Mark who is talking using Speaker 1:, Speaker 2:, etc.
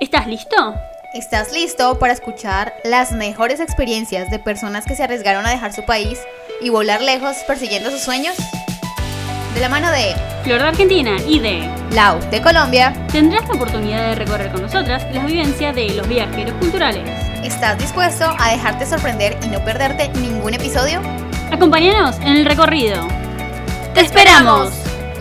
Speaker 1: ¿Estás listo?
Speaker 2: ¿Estás listo para escuchar las mejores experiencias de personas que se arriesgaron a dejar su país y volar lejos persiguiendo sus sueños? De la mano de
Speaker 1: Flor de Argentina y de
Speaker 2: Lau de Colombia,
Speaker 1: tendrás la oportunidad de recorrer con nosotras las vivencias de los viajeros culturales.
Speaker 2: ¿estás dispuesto a dejarte sorprender y no perderte ningún episodio?
Speaker 1: Acompáñanos en el recorrido.
Speaker 2: ¡Te esperamos!